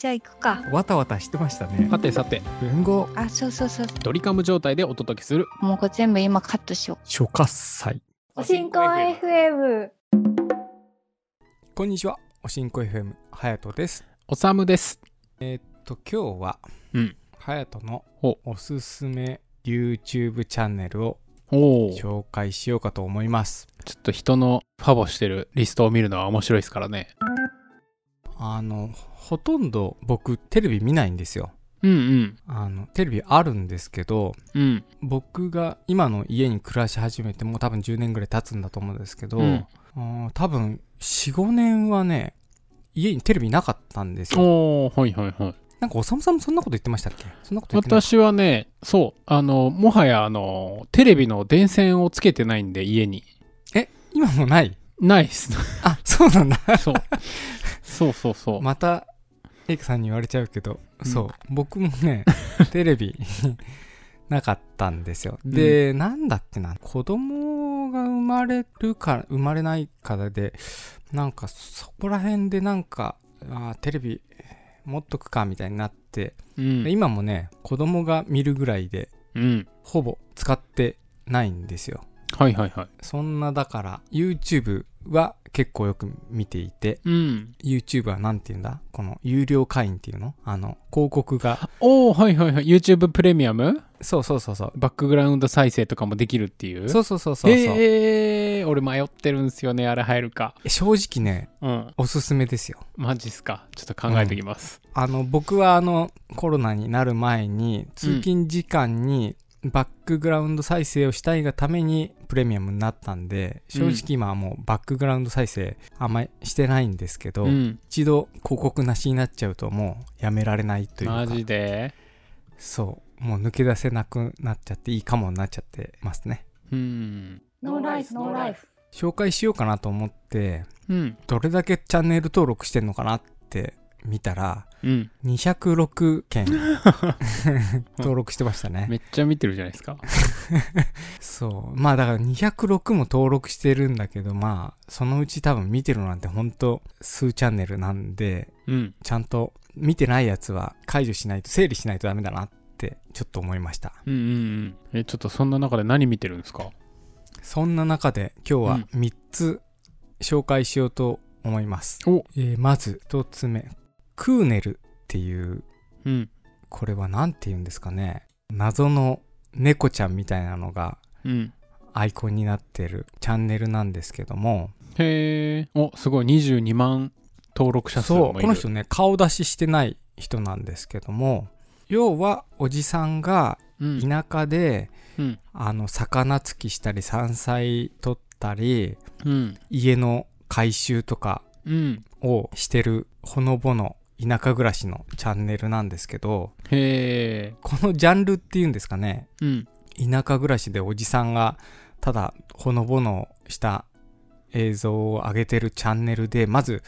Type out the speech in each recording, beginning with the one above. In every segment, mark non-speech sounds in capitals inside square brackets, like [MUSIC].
じゃあ行くか。わたわたしてましたね。さてさて、文豪、あ、そうそうそう。ドリカム状態でお届けする。もうこれ全部今カットしよ初喝祭。おしんこ FM。こんにちは、おしんこ FM、はやとです。おさむです。と、今日は、うんはやとのおおすすめ YouTube チャンネルをおお。ちょ紹介しようかと思います。っと人のファボしてるリストを見るのは面白いですからね。あの、ほとんど僕、テレビ見ないんですよ。うんあの、テレビあるんですけど、うん。うん。僕が今の家に暮らし始めてもう多分10年ぐらい経つんだと思うんですけど、うんうん多分45年はね家にテレビなかったんですよおおはいはいはい。なんかおさむさんもそんなこと言ってましたっけそんなこと言ってない私はね、そう、あの、もはや、あの、テレビの電線をつけてないんで、家に。え今もないないっす。あそうなんだ [LAUGHS] そう。そうそうそう。またエイクさんに言われちゃうけど、うんそう僕も [LAUGHS] ねテレビなかったんですよで、なんだっけな子供が生まれるか生まれないからでなんかそこら辺でなんかあーテレビ持っとくかみたいになって、うん。今もね子供が見るぐらいでうん。ほぼ使ってないんですよはいはいはい。そんなだから YouTube は結構よく見ていてうん。 YouTube はなんて言うんだこの有料会員っていうのあの広告がおおはいはいはい。YouTube プレミアムそうそうそうそうバックグラウンド再生とかもできるっていう。そうそうそうそうそう、えー、俺迷ってるんすよねあれ入るか正直ねうんおすすめですよマジっすかちょっと考えてきます、あの僕はあのコロナになる前に通勤時間にバックグラウンド再生をしたいがためにプレミアムになったんで正うん直今はもうバックグラウンド再生あんまりしてないんですけど、うん一度広告なしになっちゃうともうやめられないというかマジでそうもう抜け出せなくなっちゃっていいかもになっちゃってますねうんノーライフ、ノーライフ。紹介しようかなと思ってうんどれだけチャンネル登録してんのかなって見たらうん206件 [LAUGHS] 登録してましたねめっちゃ見てるじゃないですかそうまあだから206も登録してるんだけどまあそのうち多分見てるのなんてほんと数チャンネルなんでうんちゃんと見てないやつは解除しないと整理しないとダメだなってちょっと思いましたうんうんうんえちょっとそんな中で何見てるんですかそんな中で今日は3つ紹介しようと思います、おえーまず1つ目クーネルっていううんこれは何て言うんですかね謎の猫ちゃんみたいなのがうんアイコンになってるチャンネルなんですけどもへえおすごい22万登録者数そもいうるこの人ね顔出ししてない人なんですけども要はおじさんがうん田舎で、うんあの魚つきしたり山菜取ったりうん家の改修とかうんをしてるほのぼの田舎暮らしのチャンネルなんですけどへえこのジャンルっていうんですかねうん田舎暮らしでおじさんがただほのぼのした映像を上げてるチャンネルでまず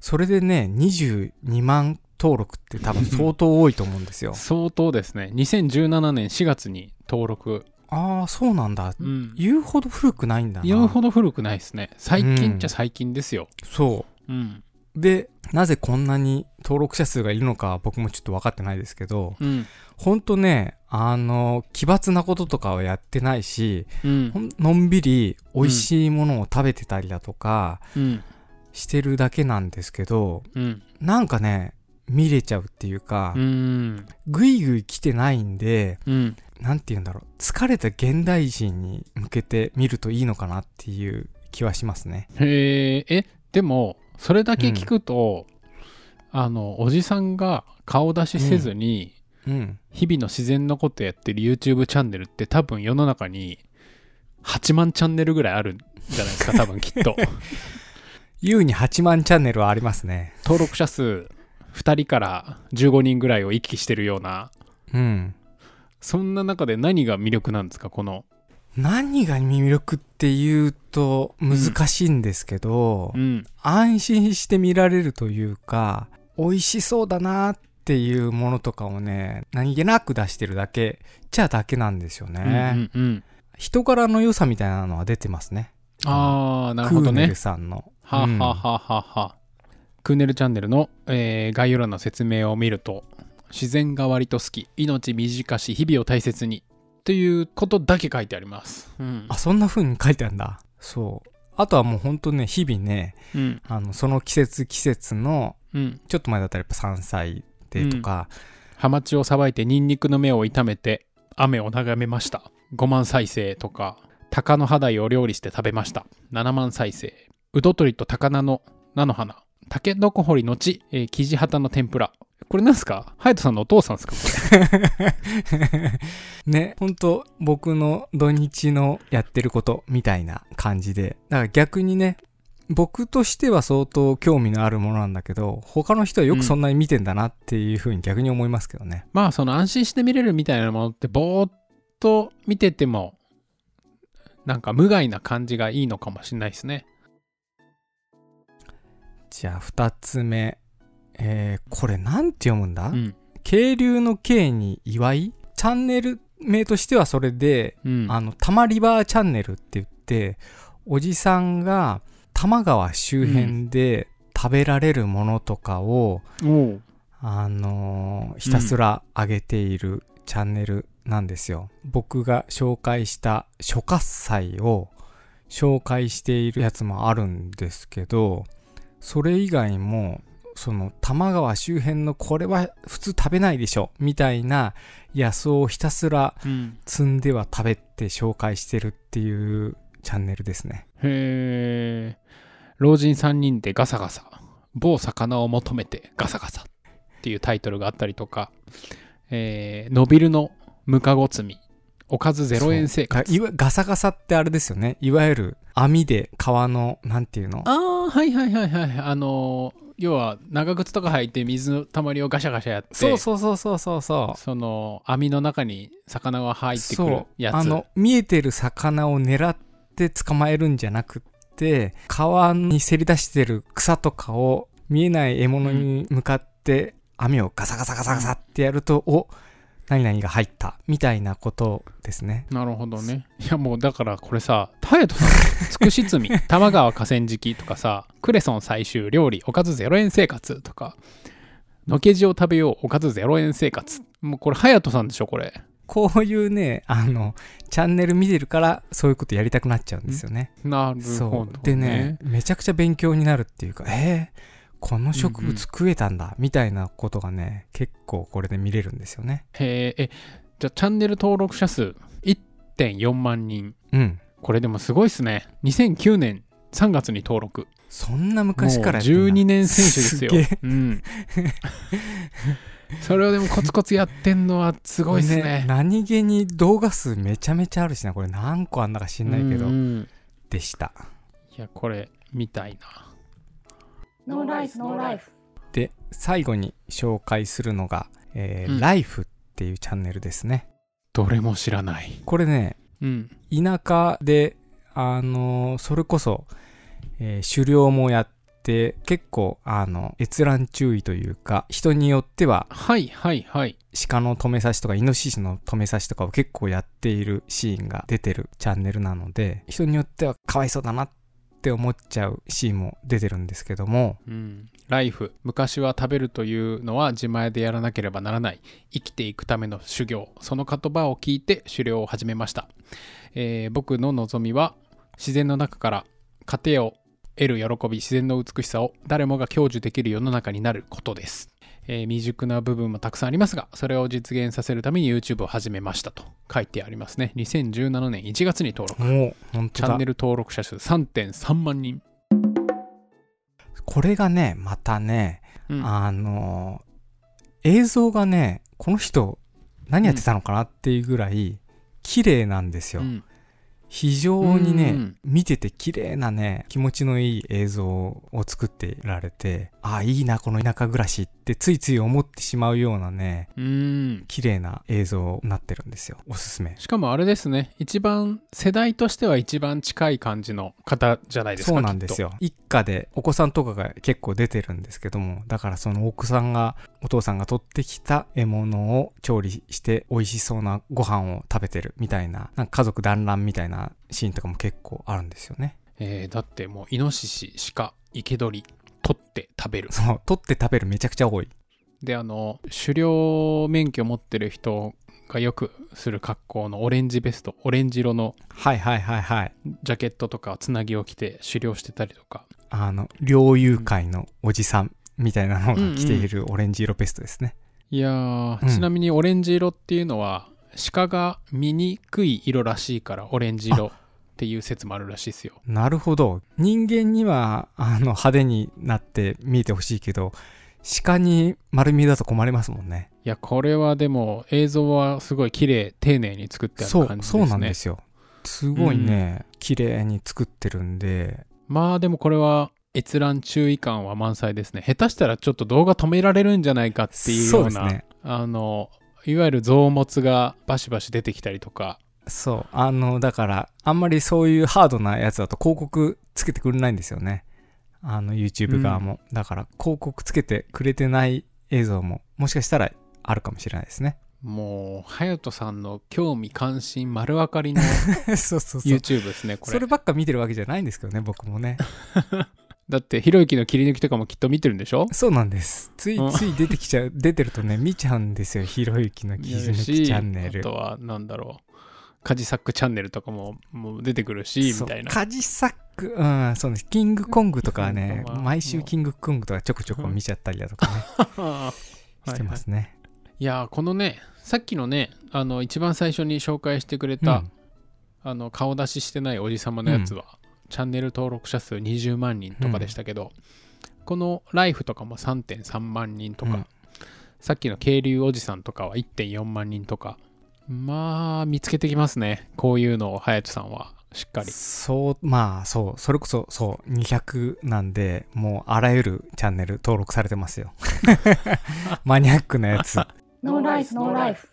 それでね22万登録って多分相当多いと思うんですよ相当ですね2017年4月に登録ああそうなんだうん言うほど古くないんだな言うほど古くないですね最近っちゃ最近ですよそうんうでなぜこんなに登録者数がいるのか僕もちょっと分かってないですけどうんほんとねあの奇抜なこととかはやってないしうんほんのんびり美味しいものを食べてたりだとかうんしてるだけなんですけど、うんなんかね、見れちゃうっていうかう、んぐいぐい来てないんで、うんなんて言うんだろう、疲れた現代人に向けて見るといいのかなっていう気はしますね。へええでもそれだけ聞くと、あのおじさんが顔出しせずに、うん。日々の自然のことやってる YouTube チャンネルって多分世の中に8万チャンネルぐらいあるんじゃないですか多分きっと優に8万チャンネルはありますね。登録者数2人から15人ぐらいを行き来してるようなうん。そんな中で何が魅力なんですかこの何が魅力っていうと難しいんですけど、うん安心して見られるというか、美味しそうだなっていうものとかをね、何気なく出してるだけ、じゃだけなんですよね。うんうんうん人柄の良さみたいなのは出てますね。ああ、なるクほどーネねル。さんの。はあうんはあはあはあはあ。クーネルチャンネルの、えー概要欄の説明を見ると、自然が割と好き、命短し、日々を大切に、ということだけ書いてあります。うんあ、。そんな風に書いてあるんだ。そう。あとはもうほんとね、日々ね、うん。あの、その季節季節の、うん。ちょっと前だったらやっぱ山菜でとか、ハマチをさばいてニンニクの芽を炒めて雨を眺めました5万再生とか鷹の肌を料理して食べました7万再生うどとりと高菜の菜の花タケノコ掘りのち、えー、キジハタの天ぷらこれなんすかハヤトさんのお父さんですかこ [LAUGHS] れ [LAUGHS] ね、ほんと僕の土日のやってることみたいな感じで、だから逆にね、僕としては相当興味のあるものなんだけど、他の人はよくそんなに見てんだなっていう風に逆に思いますけどね。まあその安心して見れるみたいなものってぼーっと見ててもなんか無害な感じがいいのかもしれないですねじゃあ二つ目。えー、これなんて読むんだ、うん渓流の渓に祝いチャンネル名としてはそれで、うんあの、多摩リバーチャンネルって言って、おじさんが多摩川周辺で食べられるものとかを、おうあのーひたすら上げているチャンネルなんですよ。僕が紹介した諸喝祭を紹介しているやつもあるんですけど、それ以外も、その多摩川周辺のこれは普通食べないでしょみたいな野草をひたすらうん積んでは食べて紹介してるっていうチャンネルですね。へえ。老人3人でガサガサ。某魚を求めてガサガサ。っていうタイトルがあったりとか、えー、ノビルのムカゴ積み。おかず0円生活。そうがいわガサガサってあれですよね。いわゆる網で川の、なんていうのああ、はいはいはいはい。あのー要は長靴とか履いて水のたまりをガシャガシャやって、そうそうそうそうそうそう。その網の中に魚が入ってくるそうやつ。あの見えてる魚を狙って捕まえるんじゃなくって川にせり出してる草とかを見えない獲物に向かって網をガサガサガサガサってやると、お何々が入ったみたいなことですねなるほどね。いやもうだからこれさ、タヤトさん、つくし [LAUGHS] 積み、多摩川河川敷とかさ、クレソン採集、料理、おかず0円生活とか、のけじを食べよう、おかず0円生活。もうこれ、ハヤトさんでしょ、これ。こういうねあのチャンネル見てるからそういうことやりたくなっちゃうんですよねなるほど、そね。うでね、めちゃくちゃ勉強になるっていうかえーこの植うんうん物食えたんだみたいなことがね結構これで見れるんですよねへえ、え、じゃあチャンネル登録者数1.4万人。うんこれでもすごいっすね。2009年3月に登録。そんな昔からやってんだもう12年選手ですよ。すげえうん。それをでもコツコツやってんのはすごいっすね何気に動画数めちゃめちゃあるしなこれ何個あんだか知んないけど、うんうんでしたいやこれみたいなノーライフ、ノーライフ。で最後に紹介するのが「えーうんライフっていうチャンネルですねどれも知らないこれねうん田舎であのーそれこそ、えー狩猟もやって結構あの閲覧注意というか人によってははいはいはい鹿の止め刺しとかイノシシの止め刺しとかを結構やっているシーンが出てるチャンネルなので人によってはかわいそうだなって思っちゃうシーンも出てるんですけどもうんライフ昔は食べるというのは自前でやらなければならない生きていくための修行その言葉を聞いて狩猟を始めました、えー僕の望みは自然の中から糧を得る喜び自然の美しさを誰もが享受できる世の中になることです、えー未熟な部分もたくさんありますがそれを実現させるために YouTube を始めましたと書いてありますね2017年1月に登録もう本当チャンだネル登録者数3.3万人、これがねまたね、うんあのー映像がねこの人何やってたのかなっていうぐらい綺麗なんですよ、うん非常にね、うん見てて綺麗なね気持ちのいい映像を作ってられてああいいなこの田舎暮らしってついつい思ってしまうようなねうん綺麗な映像になってるんですよおすすめしかもあれですね一番世代としては一番近い感じの方じゃないですかそうなんですよ一家でお子さんとかが結構出てるんですけどもだからそのお子さんがお父さんが取ってきた獲物を調理して美味しそうなご飯を食べてるみたいななんか家族団らんみたいなシーンとかも結構あるんですよね [LAUGHS] きっとえーだってもうイノシシシカイケドリ取って食べるそう取って食べるめちゃくちゃ多いであの狩猟免許持ってる人がよくする格好のオレンジベストオレンジ色のはいはいはいはいジャケットとかつなぎを着て狩猟してたりとかあの猟友会のおじさんみたいなのが着ているオレンジ色ベストですね、いやー、うんちなみにオレンジ色っていうのは鹿が見にくい色らしいからオレンジ色っていう説もあるらしいですよなるほど人間にはあの派手になって見えてほしいけど鹿に丸見えだと困りますもんねいやこれはでも映像はすごい綺麗丁寧に作ってあそるう感じですそねうなんですよすごいね、綺麗に作ってるんでまあでもこれは閲覧注意感は満載ですね下手したらちょっと動画止められるんじゃないかっていうようそなうですねあのいわゆる臓物がバシバシ出てきたりとかそうあのだからあんまりそういうハードなやつだと広告つけてくれないんですよねあの YouTube 側も、だから広告つけてくれてない映像ももしかしたらあるかもしれないです [LAUGHS] ねもう隼人さんの興味関心丸分かり [LAUGHS] のそうそうそう YouTube ですねこそれればっか見てるわけじゃないんですけどね僕もねだってひろゆきの切り抜きとかもきっと見てるんでしょそうなんですついうんつい出てきちゃう [LAUGHS] 出てるとね見ちゃうんですよひろゆきの記事抜きチャンネあルとはなんだろうカジサックチャンネルとかももう出てくるしそうみたいなカジサックうんそうですキングコングとかはねうん毎週キングコングとかちょくちょく見ちゃったりだと [LAUGHS] かねしてますね、いやーこのねさっきのねあの一番最初に紹介してくれた、うんあの顔出ししてないおじさまのやつは、チャンネル登録者数20万人とかでしたけど、この「ライフとかも3.3万人とか、うんさっきの「渓流おじさん」とかは1.4万人とかまあ見つけてきますねこういうのを隼人さんはしっかりそうまあそうそれこそそう200なんでもうあらゆるチャンネル登録されてます [LAUGHS] よマニアックなやつ No life, no life.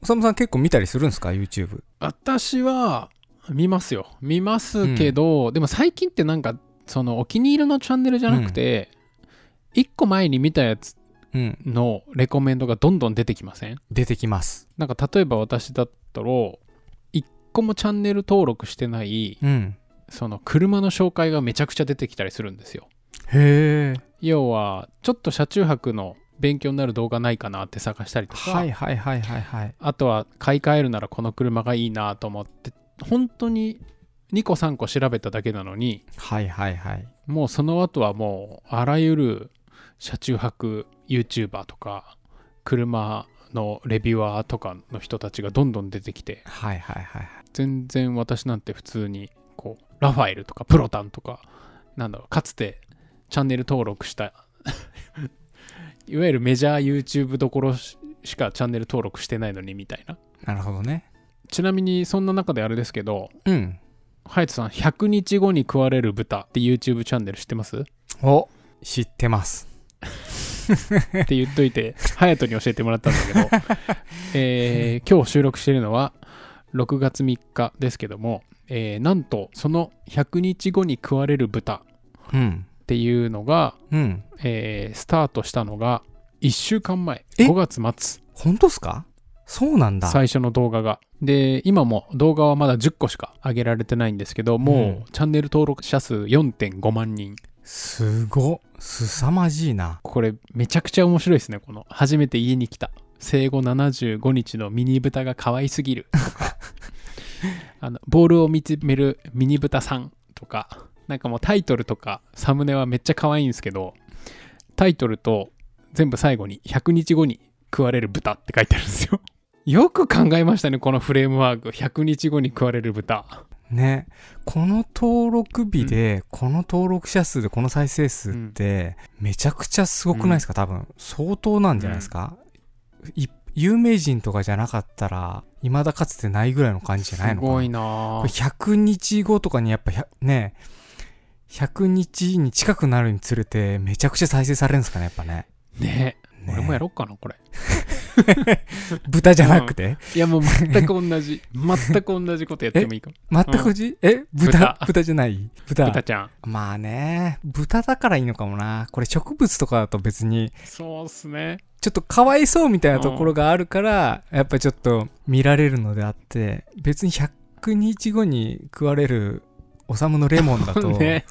おさむさん結構見たりするんですか YouTube 私は見ますよ見ますけど、でも最近ってなんかそのお気に入りのチャンネルじゃなくて、1個前に見たやつうんのレコメンドがどんどん出てきません出てきますなんか例えば私だったら一個もチャンネル登録してないうんその車の紹介がめちゃくちゃ出てきたりするんですよへえ要はちょっと車中泊の勉強になる動画ないかなって探したりとか、はいはいはいはいはいあとは買い替えるならこの車がいいなと思って本当に2個3個調べただけなのにはいはいはいもうその後はもうあらゆる車中泊 YouTuber とか車のレビュアーとかの人たちがどんどん出てきてはいはいはい全然私なんて普通にこうラファエルとかプロタンとかなんだろうかつてチャンネル登録した [LAUGHS] いわゆるメジャー YouTube どころししかチャンネル登録してないのにみたいななるほどねちなみにそんな中であれですけどうんハヤトさん100日後に食われる豚って YouTube チャンネル知ってますお知ってますって言っといて、ハヤトに教えてもらったんだけど、えー今日収録しているのは6月3日ですけども、えーなんとその100日後に食われる豚うんっていうのが、うんえースタートしたのが1週間前、え5月末、本当っすかそうなんだ最初の動画が。で、今も動画はまだ10個しか上げられてないんですけど、もうチャンネル登録者数4.5万人。すごすさまじいなこれめちゃくちゃ面白いですねこの「初めて家に来た生後75日のミニ豚が可愛すぎる」と [LAUGHS] かあの「ボールを見つめるミニ豚さん」とかなんかもうタイトルとかサムネはめっちゃ可愛いんですけどタイトルと全部最後に「100日後に食われる豚」って書いてあるんですよ [LAUGHS] よく考えましたねこのフレームワーク100日後に食われる豚、ねこの登録日で、この登録者数でこの再生数って、めちゃくちゃすごくないですか、多分相当なんじゃないですか、い有名人とかじゃなかったら未だかつてないぐらいの感じじゃないすのかなごいなこぁれ100日後とかにやっぱ100ね100日に近くなるにつれてめちゃくちゃ再生されるんですかねやっぱねねね俺もやろっかなこれ豚じゃなくて、いやもう全く同 [LAUGHS] じ全く同じことやってもいいかも全くじ、え豚豚豚じゃない豚豚ちゃんまあね豚だからいいのかもなこれ植物とかだと別にそうっすねちょっとかわいそうみたいなところがあるから、やっぱちょっと見られるのであって別に100日後に食われるおさむのレモンだと、 [LAUGHS] ね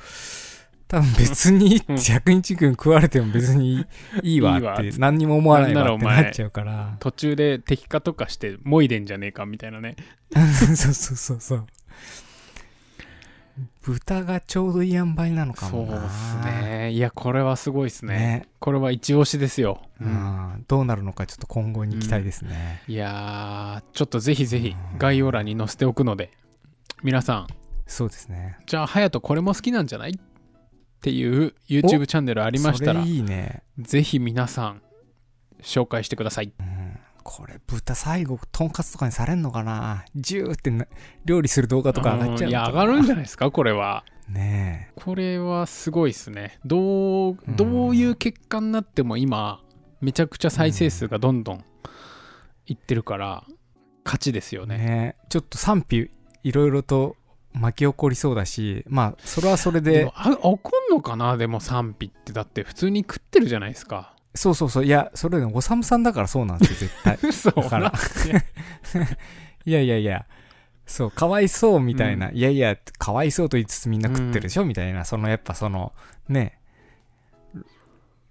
多分別に100日分食われても別にいいわいいわっってて何にも思わないなんならわおって前なっちゃうから [LAUGHS] 途中で敵化とかしてもいでんじゃねえかみたいなねそうそうそうそう豚がちょうどいい塩梅なのかそうもなっすねいやこれはすごいっすねねこれは一押しですよ、ううんんどうなるのかちょっと今後に期待ですね、いやーちょっとぜひぜひ概要欄に載せておくので皆さんそうですねじゃあ隼人これも好きなんじゃないっていう YouTube チャンネルあありましたらそれいいね、ぜひ皆さん紹介してくださいうん、これ豚最後とんかつとかにされんのかなジューってな料理する動画とか上がっちゃういのかやな上がるんじゃないですかこれはねこれはすごいですねどううんどういう結果になっても今めちゃくちゃ再生数がどんどんいってるから勝ちですよえねねえちょっと賛否いろいろと巻き起こりそうだしまあそれはそれででもあ怒んのかなでも賛否ってだって普通に食ってるじゃないですかそうそうそういやそれでもおさむさんだからそうなんですよ絶 [LAUGHS] 対嘘だからないやいやいや、そう、かわいそうみたいな、いやいや、かわいそうと言いつつみんな食ってるでしょ、みたいな、そのやっぱその、ね、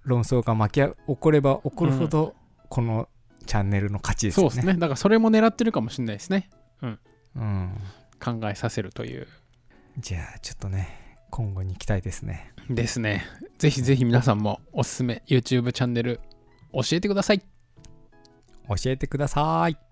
論争が巻き起これば起こるほど、このチャンネルの勝ちですそうよね。ですねだからそれも狙ってるかもしれないですねうん。考えさせるというじゃあ、ちょっとね、今後に期待ですね。ですねぜひぜひ皆さんもおすすめ YouTube チャンネル教えてください教えてください。